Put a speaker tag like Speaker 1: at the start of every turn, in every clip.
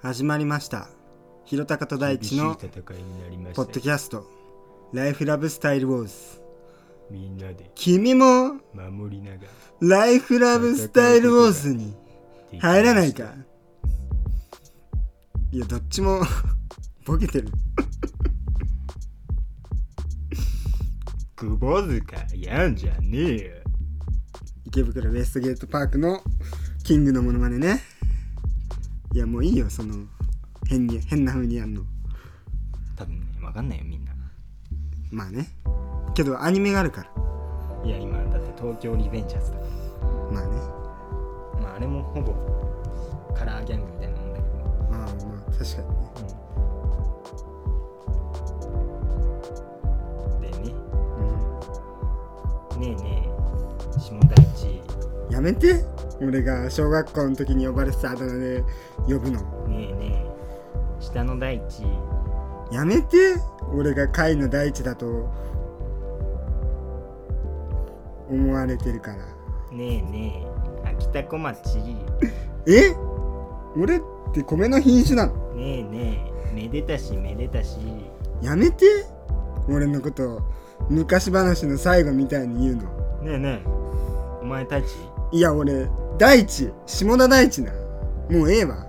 Speaker 1: 始まりましたひろたかと大地の
Speaker 2: 厳しい戦いになりまし
Speaker 1: ポッ
Speaker 2: た
Speaker 1: ド
Speaker 2: よ
Speaker 1: キャスト「ライフラブスタイルウォーズ
Speaker 2: みんなで」
Speaker 1: 君も
Speaker 2: 守りながら
Speaker 1: ライフラブスタイルウォーズに
Speaker 2: できました
Speaker 1: 入らないかいやどっちも ボケてる
Speaker 2: 窪塚やんじゃねえよ
Speaker 1: 池袋ウエストゲートパークのキングのモノマネねいやもういいよその変に変な風にやんの
Speaker 2: 多分ね分かんないよみんな
Speaker 1: まあねけどアニメがあるから
Speaker 2: いや今だって東京リベンジャーズだか
Speaker 1: まあね
Speaker 2: らまああれもほぼカラーギャングみたいなもんだ
Speaker 1: まあまあ確かにね
Speaker 2: けど、うん、でねねえねえ下田一
Speaker 1: やめて俺が小学校の時に呼ばれてたあだ名で呼ぶの
Speaker 2: ねえねえ下の大地
Speaker 1: やめて俺が貝の大地だと思われてるから
Speaker 2: ねえねえ秋田小町
Speaker 1: え俺って米の品種なの
Speaker 2: ねえねえめでたしめでたし
Speaker 1: やめて俺のこと昔話の最後みたいに言うの
Speaker 2: ねえねえお前たち
Speaker 1: いや俺大地下田大地なもうええわ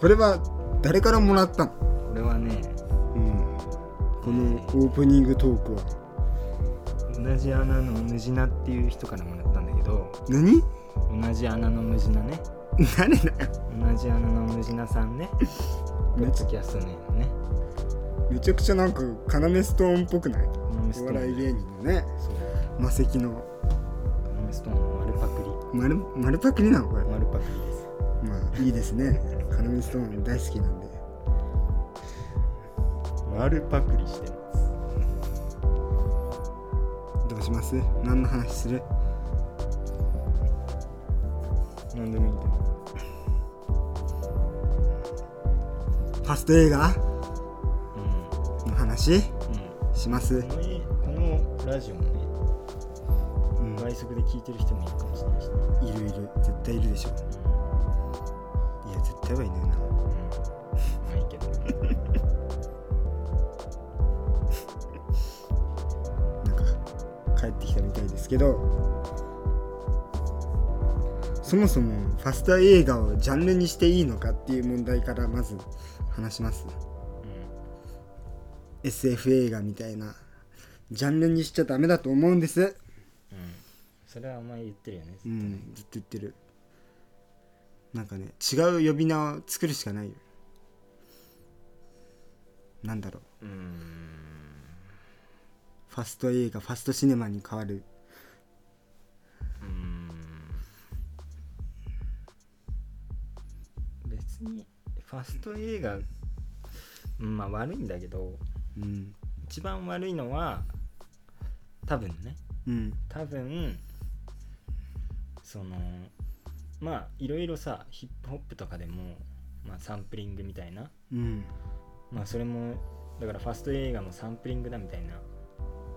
Speaker 1: これは誰からもらったの
Speaker 2: これはね
Speaker 1: うんこのオープニングトークは
Speaker 2: 同じ穴のムジナっていう人からもらったんだけど
Speaker 1: 何
Speaker 2: 同じ穴のムジナね
Speaker 1: 誰だよ
Speaker 2: 同じ穴のムジナさんねポ
Speaker 1: め
Speaker 2: ッ
Speaker 1: ち
Speaker 2: ドキャストネームね
Speaker 1: めちゃくちゃなんかカナメストーンっぽくない
Speaker 2: ノームス
Speaker 1: お
Speaker 2: トーン
Speaker 1: 笑い芸人のね
Speaker 2: そう
Speaker 1: 魔石の
Speaker 2: ノームストーンの丸パクリ
Speaker 1: 丸丸パクリなのこれ
Speaker 2: 丸パクリです
Speaker 1: まあいいですねカナメストーン大好きなんで
Speaker 2: 丸パクリしてます
Speaker 1: どうします何の話する
Speaker 2: 何でもいいんだよ
Speaker 1: ファスト映画
Speaker 2: う
Speaker 1: の話
Speaker 2: ん
Speaker 1: します
Speaker 2: うんこの絵このラジオもね
Speaker 1: うん
Speaker 2: 倍速で聞いてる人もいるかもしれないしね、
Speaker 1: いるいる絶対いるでしょいや絶対はいないな
Speaker 2: うんまあいいけど
Speaker 1: なんか帰ってきたみたいですけどそもそもファスト映画をジャンルにしていいのかっていう問題からまず話します
Speaker 2: う
Speaker 1: SF 映画みたいなジャンルにしちゃダメだと思うんです
Speaker 2: ん、うん、それはお前言ってるよね、
Speaker 1: うんずっと言ってるなんかね違う呼び名を作るしかないよなんだろう
Speaker 2: うん
Speaker 1: ファスト映画ファストシネマに変わる
Speaker 2: 別にファスト映画うんまあ悪いんだけど
Speaker 1: うん
Speaker 2: 一番悪いのは多分ね
Speaker 1: うん
Speaker 2: 多分そのまあいろいろさヒップホップとかでも、まあ、サンプリングみたいな
Speaker 1: うん
Speaker 2: まあそれもだからファスト映画もサンプリングだみたいな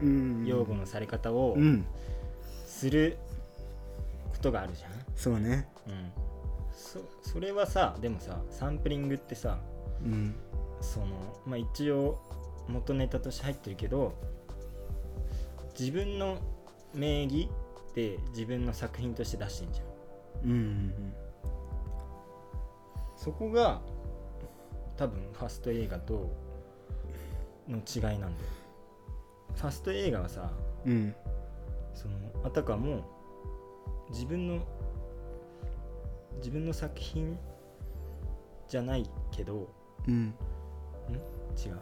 Speaker 1: うん
Speaker 2: 擁護のされ方を
Speaker 1: うん
Speaker 2: することがあるじゃん、
Speaker 1: そうね
Speaker 2: うん、そそれはさでもさサンプリングってさ
Speaker 1: うん
Speaker 2: その、まあ、一応元ネタとして入ってるけど自分の名義で自分の作品として出してんじゃん
Speaker 1: うんうん
Speaker 2: そこが多分ファスト映画との違いなんだよファスト映画はさ
Speaker 1: うん
Speaker 2: そのあたかも自分の自分の作品じゃないけど
Speaker 1: うん
Speaker 2: 違う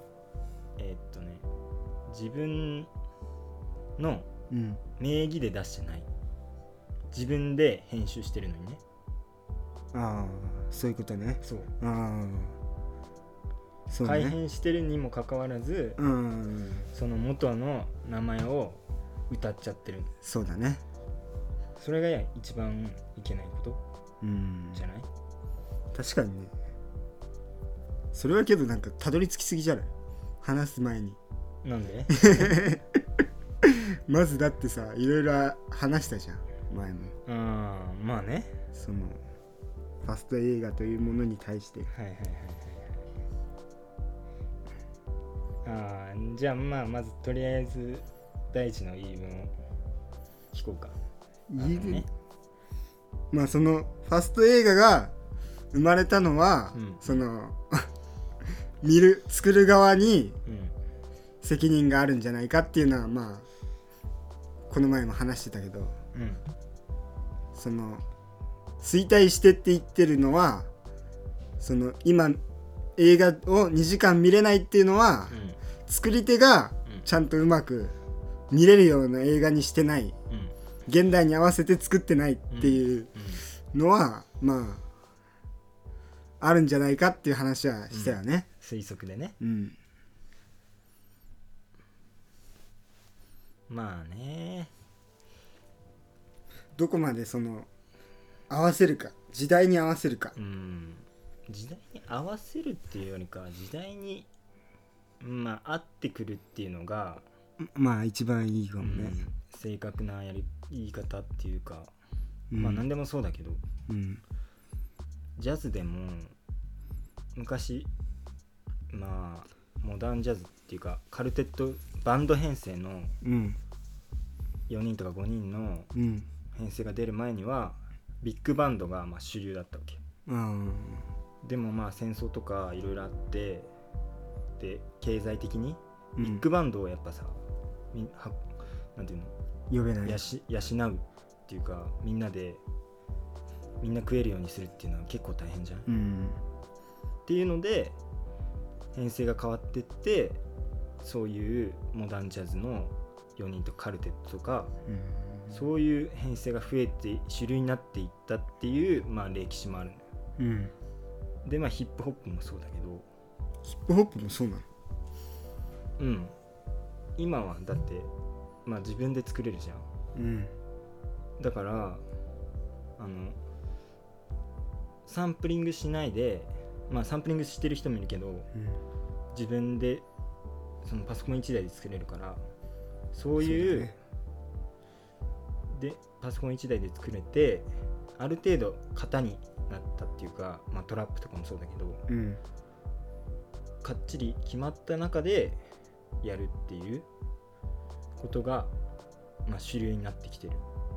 Speaker 2: えーっとね自分の
Speaker 1: うん
Speaker 2: 名義で出してない自分で編集してるのにね
Speaker 1: ああそういうことね
Speaker 2: そう
Speaker 1: ああそう
Speaker 2: 改
Speaker 1: ね
Speaker 2: 編してるにもかかわらず
Speaker 1: うん
Speaker 2: その元の名前を歌っちゃってる
Speaker 1: そうだね
Speaker 2: それが一番いけないこと
Speaker 1: うん
Speaker 2: じゃない
Speaker 1: 確かにねそれはけどなんかたどり着きすぎじゃない話す前に
Speaker 2: なんで
Speaker 1: まずだってさいろいろ話したじゃん前も
Speaker 2: うんまあね
Speaker 1: そのァスト映画というものに対して
Speaker 2: はいはいはいはいはいあーじゃあまあまずとりあえず大地の言い分を聞こうか
Speaker 1: 言い分
Speaker 2: あのね
Speaker 1: まあそのファスト映画が生まれたのは、
Speaker 2: うん
Speaker 1: その 見る作る側に
Speaker 2: うん
Speaker 1: 責任があるんじゃないかっていうのはまあこの前も話してたけど
Speaker 2: うん
Speaker 1: その衰退してって言ってるのはその今映画を2時間見れないっていうのは、作り手が
Speaker 2: うん
Speaker 1: ちゃんとうまく見れるような映画にしてない
Speaker 2: うんうん
Speaker 1: 現代に合わせて作ってないっていうのは、まああるんじゃないかっていう話はしたよね。
Speaker 2: 推測でね
Speaker 1: うん
Speaker 2: まあね
Speaker 1: どこまでその合わせるか時代に合わせるか
Speaker 2: うん時代に合わせるっていうよりかは時代にまあ合ってくるっていうのが、
Speaker 1: まあ一番いいかもね。
Speaker 2: うん正確なやり言い方っていうか、
Speaker 1: うん
Speaker 2: まあ何でもそうだけど
Speaker 1: うん
Speaker 2: ジャズでも昔まあモダンジャズっていうかカルテットバンド編成の
Speaker 1: うん
Speaker 2: 4人とか5人の
Speaker 1: うん
Speaker 2: 編成が出る前にはビッグバンドがまあ主流だったわけ
Speaker 1: あ
Speaker 2: でもまあ戦争とかいろいろあってで経済的に
Speaker 1: あ、う
Speaker 2: ビ
Speaker 1: ん
Speaker 2: ッグバンドをやっぱさ、みんはなんていうの
Speaker 1: 呼べない
Speaker 2: やし養うっていうかみんなでみんな食えるようにするっていうのは結構大変じゃん、
Speaker 1: うん
Speaker 2: っていうので編成が変わってってそういうモダンジャズの4人とカルテットとか
Speaker 1: うん
Speaker 2: そういう編成が増えて主流になっていったっていう、まあ、歴史もあるのよ
Speaker 1: うん
Speaker 2: でまあヒップホップもそうだけど
Speaker 1: ヒップホップもそうなの
Speaker 2: うん今はだってまあ自分で作れるじゃん
Speaker 1: うん
Speaker 2: だからあのサンプリングしないでまあサンプリングしてる人もいるけど
Speaker 1: うん
Speaker 2: 自分でそのパソコン1台で作れるからそう
Speaker 1: そ
Speaker 2: いう
Speaker 1: うだね
Speaker 2: でパソコン1台で作れてある程度型になったっていうか、まあ、トラップとかもそうだけど
Speaker 1: うん
Speaker 2: かっちり決まった中でやるっていうことが、まあ、主流になってきてる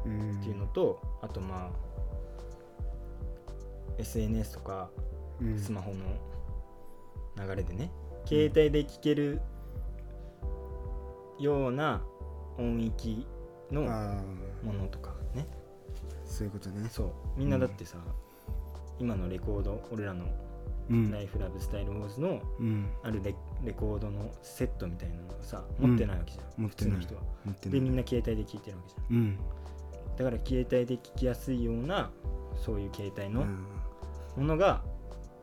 Speaker 1: うん
Speaker 2: っていうのと、あとまあ SNS とか
Speaker 1: うん
Speaker 2: スマホの流れでね、携帯で聴けるような音域の
Speaker 1: ああ
Speaker 2: ものとかね
Speaker 1: そういうことね
Speaker 2: そうみんなだってさ、今のレコード俺らの
Speaker 1: う
Speaker 2: 「ライフラブスタイルウォーズ」の
Speaker 1: うん
Speaker 2: あるレレコードのセットみたいなのをさ
Speaker 1: うん
Speaker 2: 持ってないわけじゃん、
Speaker 1: 持っ
Speaker 2: 普
Speaker 1: て
Speaker 2: 通
Speaker 1: ない
Speaker 2: の人は
Speaker 1: 持って
Speaker 2: でみん
Speaker 1: な
Speaker 2: な携帯で聴いてるわけじゃん
Speaker 1: うん
Speaker 2: だから携帯で聴きやすいようなそういう携帯のものが、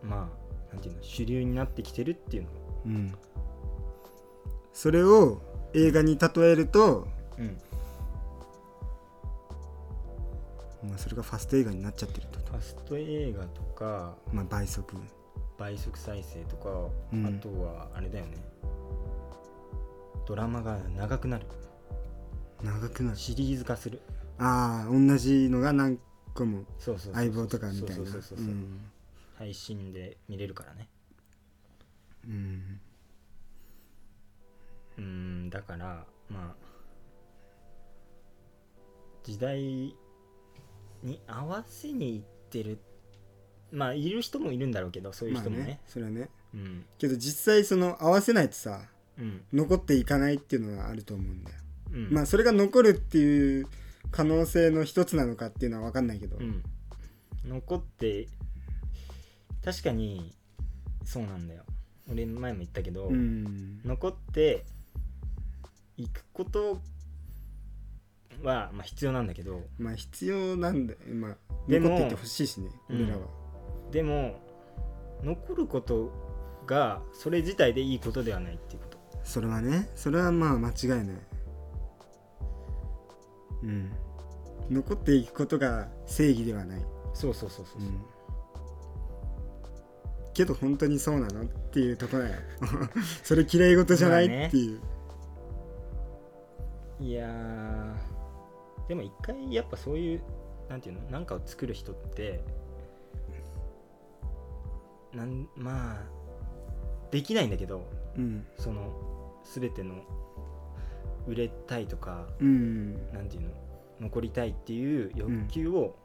Speaker 2: まあなんていうの主流になってきてるっていうの
Speaker 1: うんそれを映画に例えると
Speaker 2: うん
Speaker 1: まあそれがファスト映画になっちゃってるってこと
Speaker 2: ファスト映画とか
Speaker 1: まあ倍速
Speaker 2: 倍速再生とか、
Speaker 1: うん
Speaker 2: あとはあれだよねドラマが長くなる
Speaker 1: 長くなる
Speaker 2: シリーズ化する
Speaker 1: ああ同じのが何個も
Speaker 2: そうそうそう
Speaker 1: 相棒とかみたいな
Speaker 2: そうそうそう
Speaker 1: う
Speaker 2: そう、
Speaker 1: ん
Speaker 2: 配信で見れるからね
Speaker 1: うん
Speaker 2: うーんだからまあ時代に合わせにいってるまあいる人もいるんだろうけどそういう
Speaker 1: まあ
Speaker 2: 人もね,、
Speaker 1: ねそれはね
Speaker 2: うん
Speaker 1: けど実際その合わせないとさ
Speaker 2: うん
Speaker 1: 残っていかないっていうのはあると思うんだよ
Speaker 2: うん
Speaker 1: まあそれが残るっていう可能性の一つなのかっていうのは分かんないけど
Speaker 2: うん、残って確かにそうなんだよ俺前も言ったけど、
Speaker 1: うん
Speaker 2: 残っていくことは、まあ、必要なんだけど
Speaker 1: まあ必要なんだよ、まあ、
Speaker 2: でも
Speaker 1: 残っていてほしいしね
Speaker 2: うん
Speaker 1: 俺らは、
Speaker 2: でも残ることがそれ自体でいいことではないっていうこと
Speaker 1: それはねそれはまあ間違いないうん残っていくことが正義ではない、
Speaker 2: そうそうそうそ
Speaker 1: う
Speaker 2: うそう、
Speaker 1: ん、けど本当にそうなのっていうところだよ それ綺麗事じゃない、
Speaker 2: まあね
Speaker 1: っていう
Speaker 2: いやーでも一回やっぱそういうなんていうのなんかを作る人ってなんまあできないんだけど
Speaker 1: うん
Speaker 2: その全ての売れたいとか
Speaker 1: うん
Speaker 2: なんていうの残りたいっていう欲求を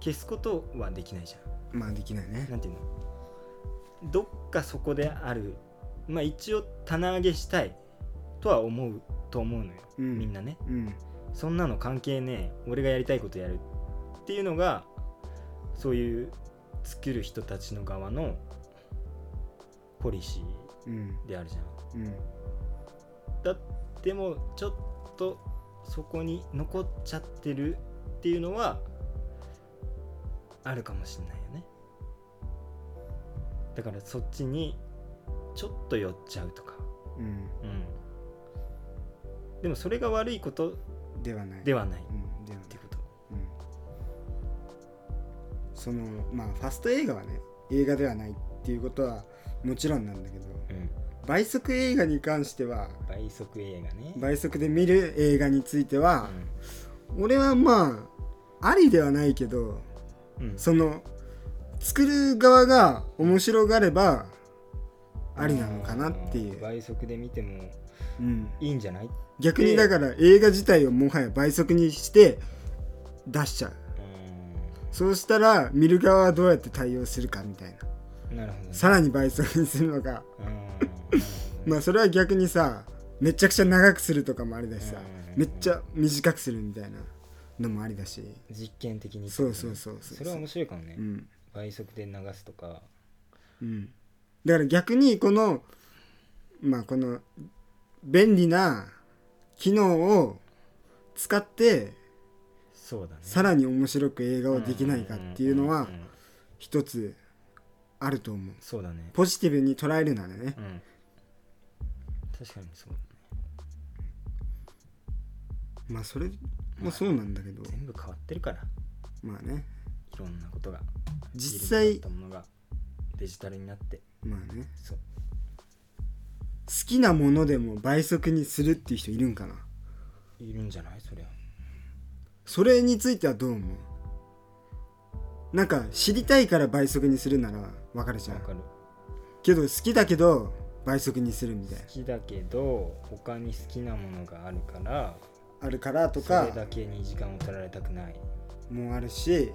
Speaker 2: 消すことはできないじゃん、
Speaker 1: まあできないね
Speaker 2: なんていうのどっかそこであるまあ一応棚上げしたいとは思うと思うのよ、
Speaker 1: うん
Speaker 2: みんなね
Speaker 1: うん
Speaker 2: そんなの関係ねえ俺がやりたいことやるっていうのがそういう作る人たちの側のポリシ
Speaker 1: うん
Speaker 2: ーであるじゃん
Speaker 1: うん
Speaker 2: だでもちょっとそこに残っちゃってるっていうのはあるかもしれないよねだからそっちにちょっと寄っちゃうとか
Speaker 1: うん
Speaker 2: うんでもそれが悪いこと
Speaker 1: ではない
Speaker 2: ではないっ
Speaker 1: うんではない
Speaker 2: てこと
Speaker 1: うんそのまあファスト映画はね映画ではないっていうことはもちろんなんだけど
Speaker 2: うん
Speaker 1: 倍速映画に関しては
Speaker 2: 倍速映画ね
Speaker 1: 倍速で見る映画については、
Speaker 2: う
Speaker 1: 俺はまあありではないけど
Speaker 2: んうん
Speaker 1: その作る側が面白がればありなのかなってい
Speaker 2: ん
Speaker 1: う、
Speaker 2: 倍速で見ても
Speaker 1: うん、
Speaker 2: いいんじゃない
Speaker 1: 逆にだから映画自体をもはや倍速にして出しちゃうそうしたら見る側はどうやって対応するかみたいな
Speaker 2: うんなるほどね
Speaker 1: さらに倍速にするのか
Speaker 2: うんなるほどね
Speaker 1: まあそれは逆にさめちゃくちゃ長くするとかもあれだしさ
Speaker 2: うん
Speaker 1: めっちゃ短くするみたいなのもありだし
Speaker 2: 実験的に
Speaker 1: そうそうそうそう
Speaker 2: それは面白いかもね、
Speaker 1: うん
Speaker 2: 倍速で流すとか
Speaker 1: うんだから逆にこのまあこの便利な機能を使って
Speaker 2: そうだね
Speaker 1: さらに面白く映画をできないかっていうの
Speaker 2: ん
Speaker 1: は
Speaker 2: んうんうん
Speaker 1: 一つあると思う
Speaker 2: そうだね
Speaker 1: ポジティブに捉えるならね
Speaker 2: うん確かにそう
Speaker 1: まあそれもそうなんだけど
Speaker 2: 全部変わってるから
Speaker 1: まあね
Speaker 2: いろんなことが
Speaker 1: 実
Speaker 2: ビ
Speaker 1: 際
Speaker 2: ルになったものがデジタルになって
Speaker 1: まあね
Speaker 2: そう
Speaker 1: 好きなものでも倍速にするっていう人いるんかない
Speaker 2: るんじゃないそりゃ
Speaker 1: それについてはどう思うなんか知りたいから倍速にするならわかるじゃ
Speaker 2: わ
Speaker 1: ん
Speaker 2: かる
Speaker 1: けど好きだけど倍速にするみたいな
Speaker 2: 好きだけど他に好きなものがあるから
Speaker 1: あるからと
Speaker 2: それだ
Speaker 1: か
Speaker 2: けに時間を取られたくない
Speaker 1: もあるし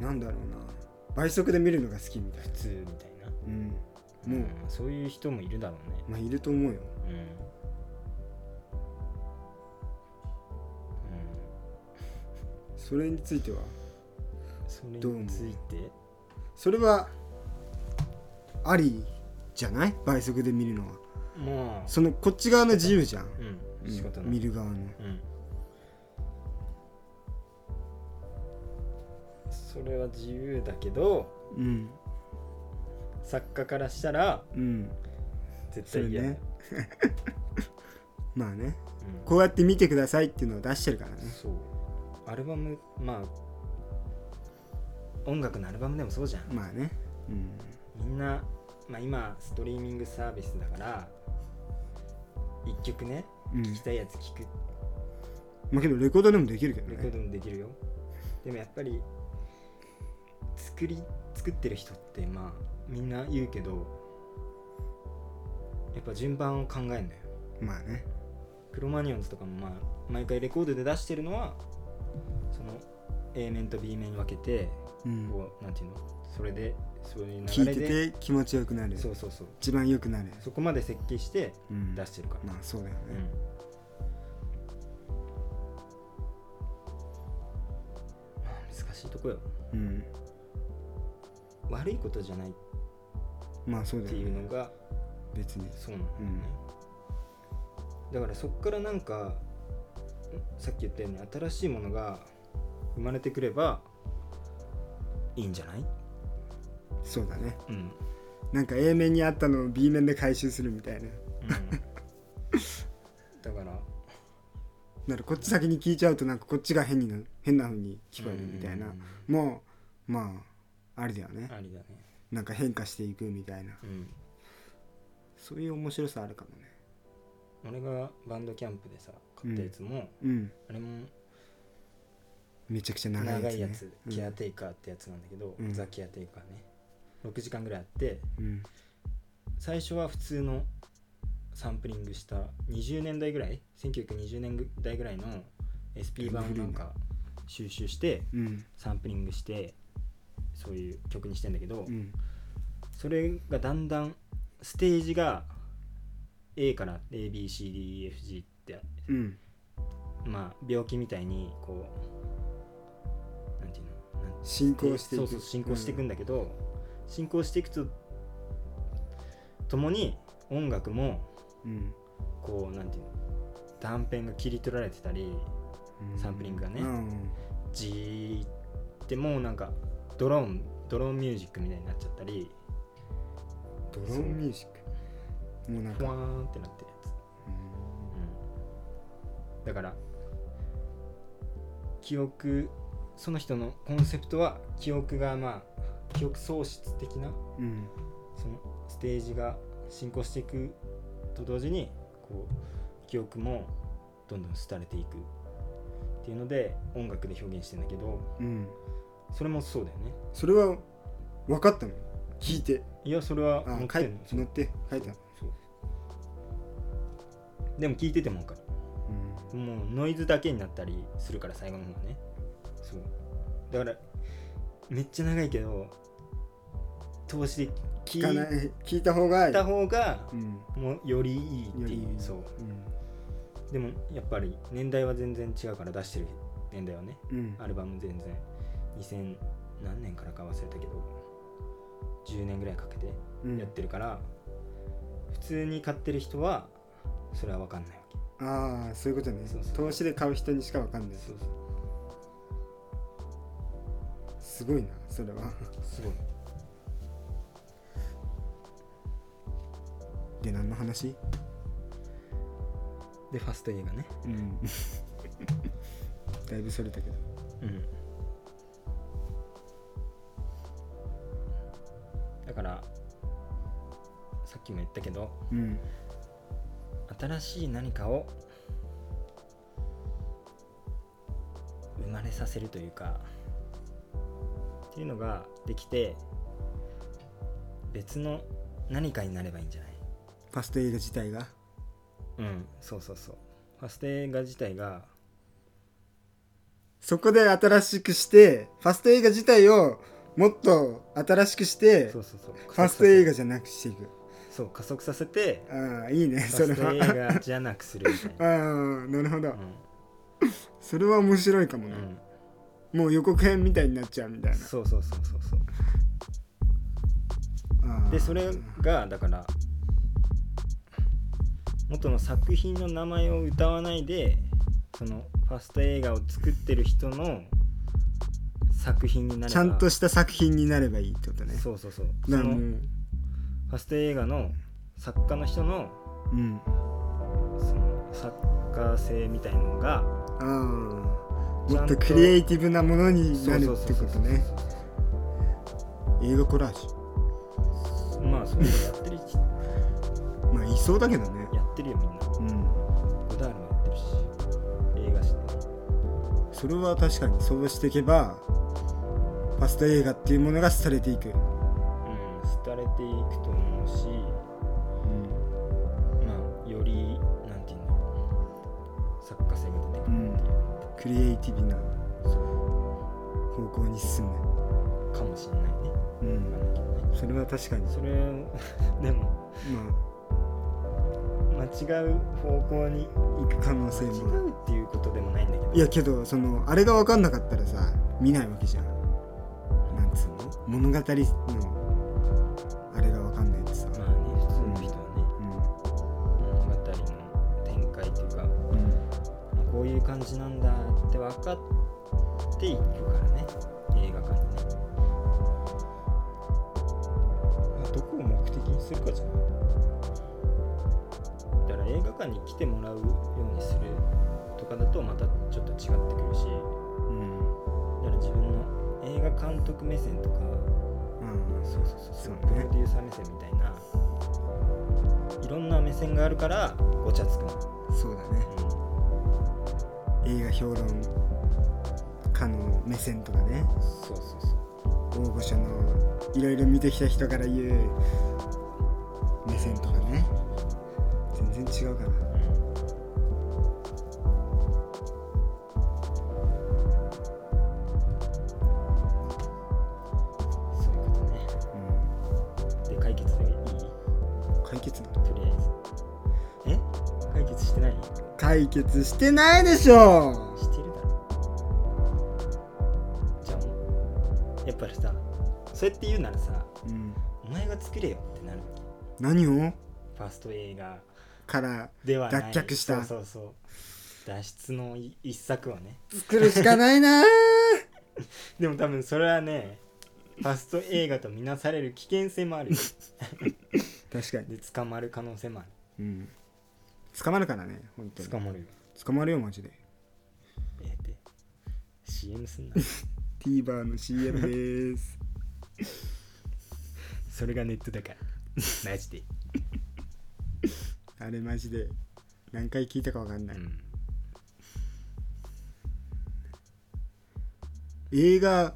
Speaker 1: なんだろうな倍速で見るのが好きみたいな
Speaker 2: 普通みたいな
Speaker 1: うんもう、
Speaker 2: んそういう人もいるだろうね
Speaker 1: まあいると思うよ
Speaker 2: うんうん
Speaker 1: それについては
Speaker 2: それ
Speaker 1: どう思う
Speaker 2: について
Speaker 1: それはありじゃない倍速で見るのは
Speaker 2: まあ
Speaker 1: そのこっち側の自由じゃん、
Speaker 2: う
Speaker 1: うん
Speaker 2: ん仕方ない
Speaker 1: 見る側の
Speaker 2: うんそれは自由だけど
Speaker 1: うん
Speaker 2: 作家からしたら
Speaker 1: うん
Speaker 2: 絶対嫌だ、
Speaker 1: そうねまあね
Speaker 2: うん
Speaker 1: こうやって見てくださいっていうのを出してるからね
Speaker 2: そうアルバムまあ音楽のアルバムでもそうじゃん、
Speaker 1: まあねうん
Speaker 2: みんな、まあ、今ストリーミングサービスだから1曲ね
Speaker 1: うん
Speaker 2: 聴きたいやつ聴く
Speaker 1: まあけどレコードでもできるけど
Speaker 2: レコー
Speaker 1: ね
Speaker 2: ドもできるよでもやっぱり作り作ってる人ってまあみんな言うけどやっぱ順番を考えるのよ
Speaker 1: まあね
Speaker 2: クロマニオンズとかもまあ毎回レコードで出してるのはその A 面と B 面に分けて
Speaker 1: うん
Speaker 2: こうなんていうのそれでそういう
Speaker 1: 聞
Speaker 2: 流れ
Speaker 1: い
Speaker 2: で
Speaker 1: てて気持ちよくなる
Speaker 2: そうそうそう
Speaker 1: 一番よくなる
Speaker 2: そこまで設計して
Speaker 1: うん
Speaker 2: 出してるから、
Speaker 1: まあそうだよね
Speaker 2: うんまあ難しいとこよ
Speaker 1: うん
Speaker 2: 悪いことじゃないっ
Speaker 1: まあそうだ
Speaker 2: て
Speaker 1: よ
Speaker 2: いう
Speaker 1: ね
Speaker 2: のが
Speaker 1: 別に
Speaker 2: そうなんだよね、だからそっからなんかさっき言ったように新しいものが生まれてくればいいんじゃない、
Speaker 1: そうだね
Speaker 2: うん
Speaker 1: なんか A 面にあったのを B 面で回収するみたいな
Speaker 2: だから
Speaker 1: なるこっち先に聞いちゃうとなんかこっちが変にな変な風に聞こえるみたいな
Speaker 2: うん
Speaker 1: もうまああれだよね
Speaker 2: ありだね
Speaker 1: なんか変化していくみたいな
Speaker 2: うん
Speaker 1: そういう面白さあるかもね
Speaker 2: 俺がバンドキャンプでさ買ったやつも、
Speaker 1: うん
Speaker 2: あれも
Speaker 1: めちゃくちゃ長いやつ、ね、
Speaker 2: 長いやつ、
Speaker 1: うん
Speaker 2: ケアテイカーってやつなんだけど、
Speaker 1: うん
Speaker 2: ザ・ケアテイカーね6時間ぐらいあって
Speaker 1: うん
Speaker 2: 最初は普通のサンプリングした20年代ぐらい1920年代ぐらいの SP 版をなんか収集して
Speaker 1: うん
Speaker 2: サンプリングしてそういう曲にしてんだけど、
Speaker 1: うん
Speaker 2: それがだんだんステージが A から ABCDEFG って
Speaker 1: うん
Speaker 2: まあ病気みたいにこうなんていうのなん
Speaker 1: 進行してい
Speaker 2: そう
Speaker 1: く
Speaker 2: そう進行していくんだけど、進行していくとともに音楽も
Speaker 1: うん
Speaker 2: こうなんていうの断片が切り取られてたり
Speaker 1: うん
Speaker 2: サンプリングがね
Speaker 1: うん
Speaker 2: じーってもうなんかドローンドローンミュージックみたいになっちゃったり
Speaker 1: ドローンミュージックもうなん
Speaker 2: ふわ
Speaker 1: か、
Speaker 2: ーんってなってるやつ、うん、だから記憶その人のコンセプトは記憶がまあ記憶喪失的な
Speaker 1: うんうん
Speaker 2: そのステージが進行していくと同時にこう記憶もどんどん廃れていくっていうので音楽で表現してんだけど
Speaker 1: うん、
Speaker 2: それもそうだよね
Speaker 1: それは分かったの聞いて
Speaker 2: いやそれは
Speaker 1: あ
Speaker 2: 持って
Speaker 1: 書い
Speaker 2: んの
Speaker 1: 乗って書いた、
Speaker 2: そうでも聞いてても分か
Speaker 1: うん
Speaker 2: るもうノイズだけになったりするから最後の方はねそうだからめっちゃ長いけど通しで聞
Speaker 1: 聞かないい聞いた方が
Speaker 2: た方が
Speaker 1: うん
Speaker 2: もうよりいいって
Speaker 1: よ
Speaker 2: い
Speaker 1: り
Speaker 2: うそう
Speaker 1: うん
Speaker 2: でもやっぱり年代は全然違うから出してる年代はね
Speaker 1: うん
Speaker 2: アルバム全然2000何年からか忘れたけど10年ぐらいかけて
Speaker 1: うん
Speaker 2: やってるから、普通に買ってる人はそれは分かんないわけ
Speaker 1: ああそういうことね
Speaker 2: そうそう
Speaker 1: 投資で買う人にしか分かんない
Speaker 2: そうそう
Speaker 1: すごいなそれは
Speaker 2: すごい
Speaker 1: で何の話
Speaker 2: でファスト映画ね
Speaker 1: うんだいぶそれたけど
Speaker 2: うんだからさっきも言ったけど
Speaker 1: うん
Speaker 2: 新しい何かを生まれさせるというかっていうのができて別の何かになればいいんじゃない
Speaker 1: ファスト映画自体が
Speaker 2: うんそうそうそうファスト映画自体が
Speaker 1: そこで新しくしてファスト映画自体をもっと新しくして
Speaker 2: そ
Speaker 1: フ
Speaker 2: うそうそう
Speaker 1: ァスト映
Speaker 2: 加速さ
Speaker 1: 画じゃなくしていく
Speaker 2: せそう加速させて
Speaker 1: ああいいね
Speaker 2: フ
Speaker 1: そ
Speaker 2: ァ
Speaker 1: れ
Speaker 2: スト
Speaker 1: は
Speaker 2: 映画じゃなくするみたい な、
Speaker 1: ああなるほど、
Speaker 2: うん
Speaker 1: それは面白いかも
Speaker 2: う
Speaker 1: ね、
Speaker 2: ん、
Speaker 1: もう予告編みたいになっちゃうみたいな
Speaker 2: そうそうそうそうそう
Speaker 1: あー
Speaker 2: でそれがだから元の作品の名前を歌わないでそのファスト映画を作ってる人の作品になれば
Speaker 1: ちゃんとした作品になればいいってことね
Speaker 2: そうそうそうそ
Speaker 1: だ
Speaker 2: の
Speaker 1: からも
Speaker 2: フ
Speaker 1: う
Speaker 2: ァスト映画の作家の人の
Speaker 1: うん
Speaker 2: その作家性みたいのが
Speaker 1: ああ
Speaker 2: ちゃ
Speaker 1: も
Speaker 2: ん
Speaker 1: っと
Speaker 2: と
Speaker 1: クリエイティブなものになるって
Speaker 2: そ
Speaker 1: こ
Speaker 2: う
Speaker 1: と
Speaker 2: そうそう
Speaker 1: ね映画コラージ
Speaker 2: そうまあそういうのやってるし
Speaker 1: ュまあいそうだけどね
Speaker 2: やってるよみんな
Speaker 1: うん
Speaker 2: ゴダールもやってるし映画して
Speaker 1: それは確かにそうしていけばファスト映画っていうものが廃れていく、
Speaker 2: うん廃れていくと思うし
Speaker 1: うん
Speaker 2: まあ、よりなんていうんだろう作家性が出てくるっていう、
Speaker 1: クリエイティブな方向に進む、
Speaker 2: かもしれないね
Speaker 1: う
Speaker 2: わか
Speaker 1: ん、
Speaker 2: んないけどね
Speaker 1: それは確かに
Speaker 2: それをでも
Speaker 1: ま
Speaker 2: 間違う方向に
Speaker 1: あ行く可能性
Speaker 2: 違
Speaker 1: も
Speaker 2: うっていうことでもないんだけど
Speaker 1: いやけどそのあれが分かんなかったらさ見ないわけじゃんなんつうの物語のあれが分かんないとさ、
Speaker 2: まあね普通の人はね物語の展開というか
Speaker 1: うんうん
Speaker 2: あこういう感じなんだって分かっていくからね映画館にね、まあ、どこを目的にするかじゃないだから映画館に来てもらうようにするとかだとまたちょっと違ってくるし
Speaker 1: うん
Speaker 2: だから自分の映画監督目線とか
Speaker 1: うん
Speaker 2: そうそうそ
Speaker 1: そう
Speaker 2: う
Speaker 1: ね
Speaker 2: プロデューサー目線みたいないろんな目線があるからごちゃつくの、
Speaker 1: そうだね映画評論家の目線とかね
Speaker 2: そうそうそう
Speaker 1: 大御所のいろいろ見てきた人から言う目線とかね全然違うから
Speaker 2: そういうことねで解決でいい
Speaker 1: うん解決な
Speaker 2: とりあえずえ解決してない
Speaker 1: 解決してないでしょ
Speaker 2: してるだろじゃあもうやっぱりさそうやって言うならさ
Speaker 1: うん、
Speaker 2: お前が作れよってなるわけ
Speaker 1: 何を
Speaker 2: ファースト映画
Speaker 1: から
Speaker 2: ではない
Speaker 1: 脱却した
Speaker 2: そうそうそう脱出のい一作をね
Speaker 1: 作るしかないなー
Speaker 2: でも多分それはねファースト映画と見なされる危険性もあるよ
Speaker 1: 確かに、
Speaker 2: で捕まる可能性もある
Speaker 1: うん、捕まるからね本当に
Speaker 2: 捕まるよ
Speaker 1: 捕まるよマジで
Speaker 2: ええって CM すんな
Speaker 1: TVer の CM でーす
Speaker 2: それがネットだ からマジで
Speaker 1: あれマジで何回聞いたかわかん
Speaker 2: う
Speaker 1: ない、
Speaker 2: ん
Speaker 1: 映画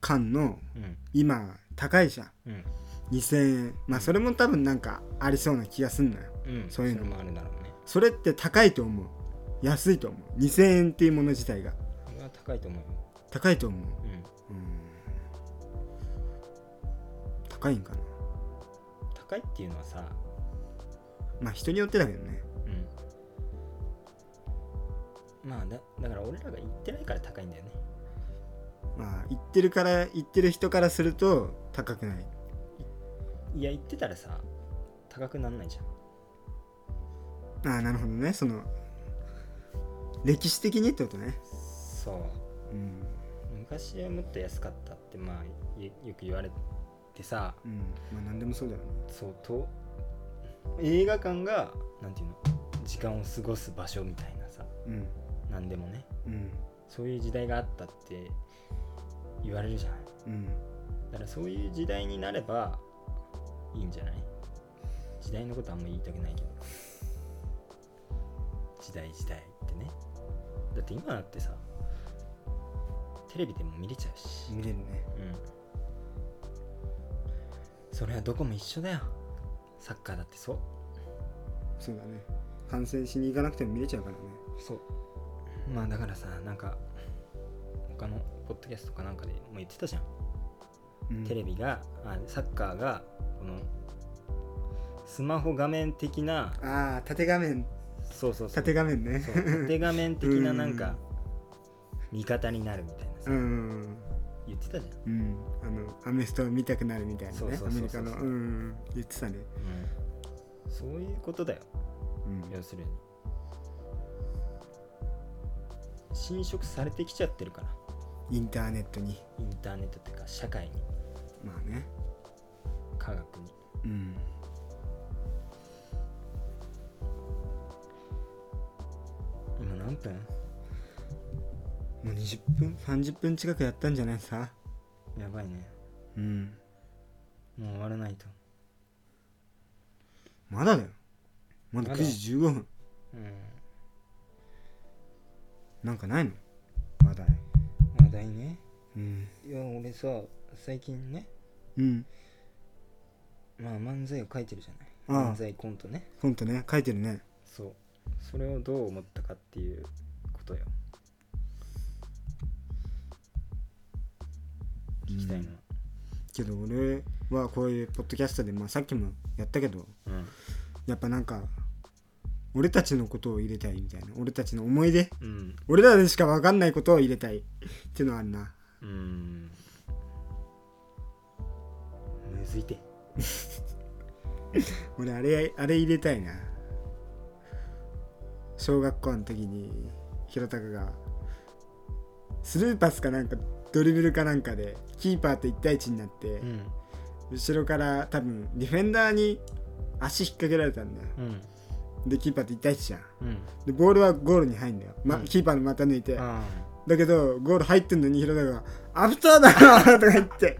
Speaker 1: 館の
Speaker 2: うん
Speaker 1: 今高いじゃん
Speaker 2: うん
Speaker 1: 2000円まあそれも多分なんかありそうな気がすんのよ
Speaker 2: うん
Speaker 1: そういうの
Speaker 2: それもあるだろうね
Speaker 1: それって高いと思う安いと思う2000円っていうもの自体が
Speaker 2: これは高いと思うよ
Speaker 1: 高いと思う
Speaker 2: うん
Speaker 1: うん高いんかな
Speaker 2: 高いっていうのはさ、
Speaker 1: まあ人によってだけどね
Speaker 2: うん、まあだだから俺らが行ってないから高いんだよね
Speaker 1: まあ行ってるから行ってる人からすると高くない
Speaker 2: いや行ってたらさ高くなんないじゃん
Speaker 1: ああなるほどねその歴史的にってことね
Speaker 2: そ
Speaker 1: う
Speaker 2: う
Speaker 1: ん
Speaker 2: 昔はもっと安かったってまあいよく言われてさ
Speaker 1: うんまあ何でもそうだよね
Speaker 2: そうと映画館がなんていうの時間を過ごす場所みたいなさ
Speaker 1: うん
Speaker 2: 何でもね
Speaker 1: うん
Speaker 2: そういう時代があったって言われるじゃない
Speaker 1: うん
Speaker 2: だからそういう時代になればいいんじゃない時代のことあんま言いたくないけど時代時代ってねだって今だってさテレビでも見れちゃうし
Speaker 1: 見れるね
Speaker 2: うんそれはどこも一緒だよサッカーだってそう
Speaker 1: そうだね観戦しに行かなくても見れちゃうからね
Speaker 2: そうまあだからさなんか他のポッドキャストかなんかでも言ってたじゃん
Speaker 1: うん
Speaker 2: テレビがあサッカーがこのスマホ画面的な
Speaker 1: ああ縦画面
Speaker 2: そうそ うそう
Speaker 1: 縦画面ね
Speaker 2: そう縦画面的な
Speaker 1: うん
Speaker 2: なんか味方になるみたいなさ、
Speaker 1: うんうん
Speaker 2: 言ってたじゃん、
Speaker 1: うんうんあのアメストを見たくなるみたいな
Speaker 2: そう
Speaker 1: ね
Speaker 2: そ
Speaker 1: ア
Speaker 2: うそうそう
Speaker 1: メリカのうんうん言ってたね
Speaker 2: そういうことだよ
Speaker 1: うん
Speaker 2: 要するに侵食されてきちゃってるから
Speaker 1: インターネットに
Speaker 2: インターネットっていうか社会に
Speaker 1: まあね
Speaker 2: 科学に
Speaker 1: うん
Speaker 2: 今何分
Speaker 1: もう20分30分近くやったんじゃないさ
Speaker 2: やばいね
Speaker 1: うん
Speaker 2: もう終わらないと
Speaker 1: まだだよまだ
Speaker 2: ま
Speaker 1: 9
Speaker 2: だ
Speaker 1: 時15分
Speaker 2: うん
Speaker 1: なんかないの話題
Speaker 2: 話題ね
Speaker 1: うん
Speaker 2: いや俺さ最近ね
Speaker 1: うん
Speaker 2: まあ漫才を書いてるじゃない
Speaker 1: ああ
Speaker 2: 漫才コントね
Speaker 1: コントね書いてるね
Speaker 2: そうそれをどう思ったかっていうことよ聞きたいな
Speaker 1: けど俺はこういうポッドキャストで、まあ、さっきもやったけど
Speaker 2: うん
Speaker 1: やっぱなんか俺たちのことを入れたいみたいな俺たちの思い出
Speaker 2: うん
Speaker 1: 俺らでしか分かんないことを入れたいっていうのはあるな
Speaker 2: うんむずいて
Speaker 1: 俺あれあれ入れたいな小学校の時にひろたかがスルーパスかなんかドリブルかなんかでキーパーと1対1になって、
Speaker 2: うん
Speaker 1: 後ろから多分ディフェンダーに足引っ掛けられたんだよ
Speaker 2: うん
Speaker 1: でキーパーと1対1じゃん
Speaker 2: うん
Speaker 1: でボールはゴールに入んだよ、ま
Speaker 2: うん
Speaker 1: キーパーの股抜いて、
Speaker 2: あ
Speaker 1: だけどゴール入ってんのにひろたかが「アフターだな!」とか言って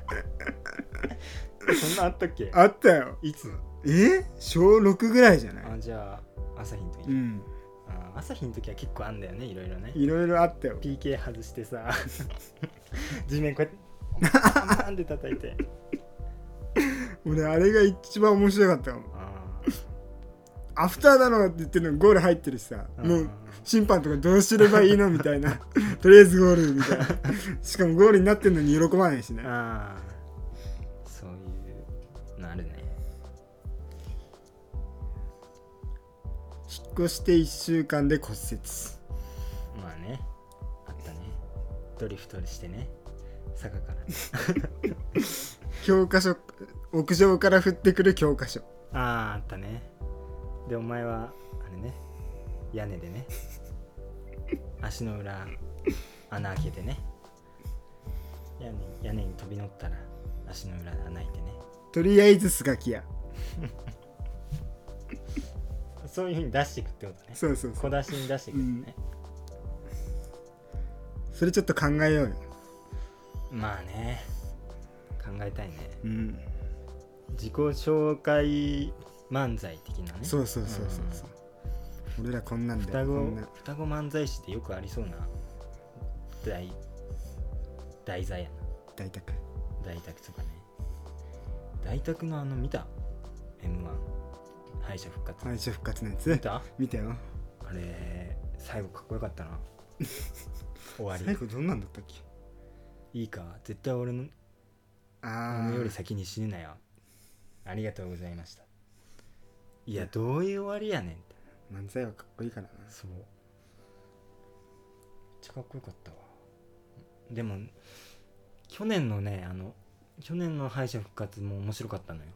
Speaker 2: あそんなあったっけ
Speaker 1: あったよ
Speaker 2: いつ
Speaker 1: え小6ぐらいじゃない
Speaker 2: あじゃあ朝日の時、
Speaker 1: うん
Speaker 2: あ朝日の時は結構あんだよねいろいろね
Speaker 1: いろいろあったよ
Speaker 2: PK 外してさ地面こうやってパンパンって叩いて
Speaker 1: 俺あれが一番面白かったかも
Speaker 2: あ
Speaker 1: アフターだろうって言ってるのにゴール入ってるしさ
Speaker 2: ー
Speaker 1: もう審判とかどうすればいいのみたいな とりあえずゴールみたいなしかもゴールになってんのに喜ばないしね
Speaker 2: あーそういうのあるね
Speaker 1: 引っ越して1週間で骨折
Speaker 2: まあねあったねドリフトしてね坂から
Speaker 1: 教科書屋上から降ってくる教科書
Speaker 2: あああったねでお前はあれね屋根でね足の裏穴開けてね屋根屋根に飛び乗ったら足の裏穴開いてね
Speaker 1: とりあえずスガキ屋
Speaker 2: そういうふうに出していくってことね
Speaker 1: そうそうそう
Speaker 2: 小出しに出していくんだね、
Speaker 1: それちょっと考えようよ
Speaker 2: まあね考えたいね
Speaker 1: うん
Speaker 2: 自己紹介漫才的なね
Speaker 1: そうそうそうそうそう俺らこんなんだ
Speaker 2: 双
Speaker 1: よこ
Speaker 2: 子
Speaker 1: んな
Speaker 2: 双子漫才師ってよくありそうな題題材やな
Speaker 1: 大宅
Speaker 2: 大宅とかね大宅のあの見た m 1敗者復活、
Speaker 1: 敗者復活のやつ
Speaker 2: 見た
Speaker 1: 見たよ
Speaker 2: あれ最後かっこよかったな終わ
Speaker 1: 最
Speaker 2: り
Speaker 1: 後どんなんだったっけ
Speaker 2: いいか絶対俺の
Speaker 1: あ
Speaker 2: 俺より
Speaker 1: あ
Speaker 2: 先に死ぬなよありがとうございましたいやどういう終わりやねんって
Speaker 1: 漫才はかっこいいからな
Speaker 2: そうめっちゃかっこよかったわでも去年のねあの去年の敗者復活も面白かったのよ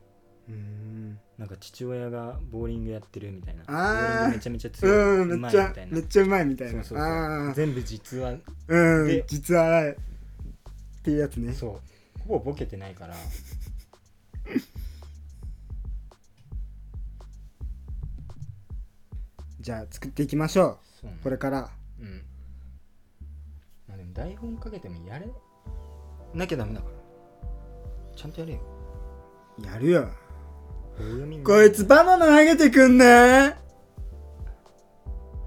Speaker 1: うーん
Speaker 2: なんか父親がボーリングやってるみたいなボ
Speaker 1: あー
Speaker 2: ーリングめちゃめちゃ強い
Speaker 1: うんめっち
Speaker 2: うまいみ
Speaker 1: ゃ
Speaker 2: たいな
Speaker 1: めっちゃうまいみたい
Speaker 2: そ
Speaker 1: な
Speaker 2: うそう
Speaker 1: あ
Speaker 2: そう
Speaker 1: あ
Speaker 2: 全部実は
Speaker 1: うん
Speaker 2: で
Speaker 1: 実はっていうやつね
Speaker 2: そうほぼボケてないから
Speaker 1: じゃあ作っていきましょ
Speaker 2: そう
Speaker 1: うこれから
Speaker 2: うんまあでも台本かけてもやれなきゃダメだからちゃんとやれよ
Speaker 1: やるよこ
Speaker 2: こ
Speaker 1: いつバナナ投げてくんね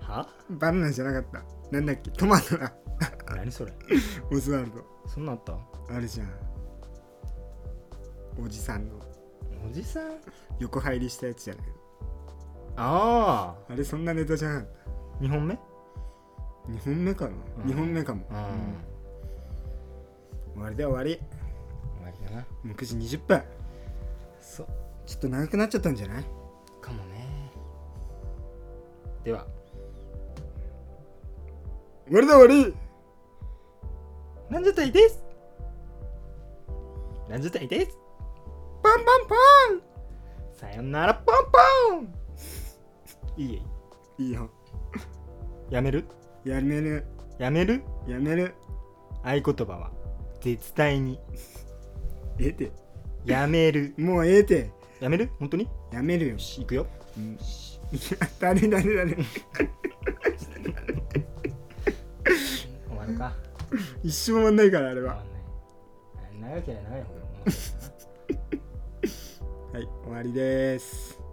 Speaker 2: は
Speaker 1: バナナじゃなかったなんだっけトマトだ
Speaker 2: 何それ
Speaker 1: オズワルド
Speaker 2: そんなんあった
Speaker 1: あるじゃんおじさんの
Speaker 2: おじさん
Speaker 1: 横入りしたやつじゃない
Speaker 2: あ
Speaker 1: あれそんなネタじゃなかっ
Speaker 2: あ2本目
Speaker 1: た2本目かな、
Speaker 2: うん
Speaker 1: 二2本目かも、
Speaker 2: うん
Speaker 1: 終わりだよ終わ
Speaker 2: 終わりだな
Speaker 1: りもう9時20分
Speaker 2: そう
Speaker 1: ちょっと長くなっちゃったんじゃない
Speaker 2: かもねでは
Speaker 1: 終わりだ終わり
Speaker 2: なんじゃたいですなんじゃたいです
Speaker 1: パンパンパ
Speaker 2: さよならポンポンいいえ
Speaker 1: ンいいよ
Speaker 2: やめる
Speaker 1: やめる
Speaker 2: やめる
Speaker 1: やめる
Speaker 2: 合言葉は絶対に
Speaker 1: ええて
Speaker 2: やめる
Speaker 1: もうええて
Speaker 2: やめる本当によ
Speaker 1: やめるよ
Speaker 2: し行くよ
Speaker 1: うん誰誰 誰
Speaker 2: 終わるか
Speaker 1: 一生終わんないからあれ
Speaker 2: 終わ
Speaker 1: は
Speaker 2: んない長ければ長いほど面白いな
Speaker 1: はい終わりです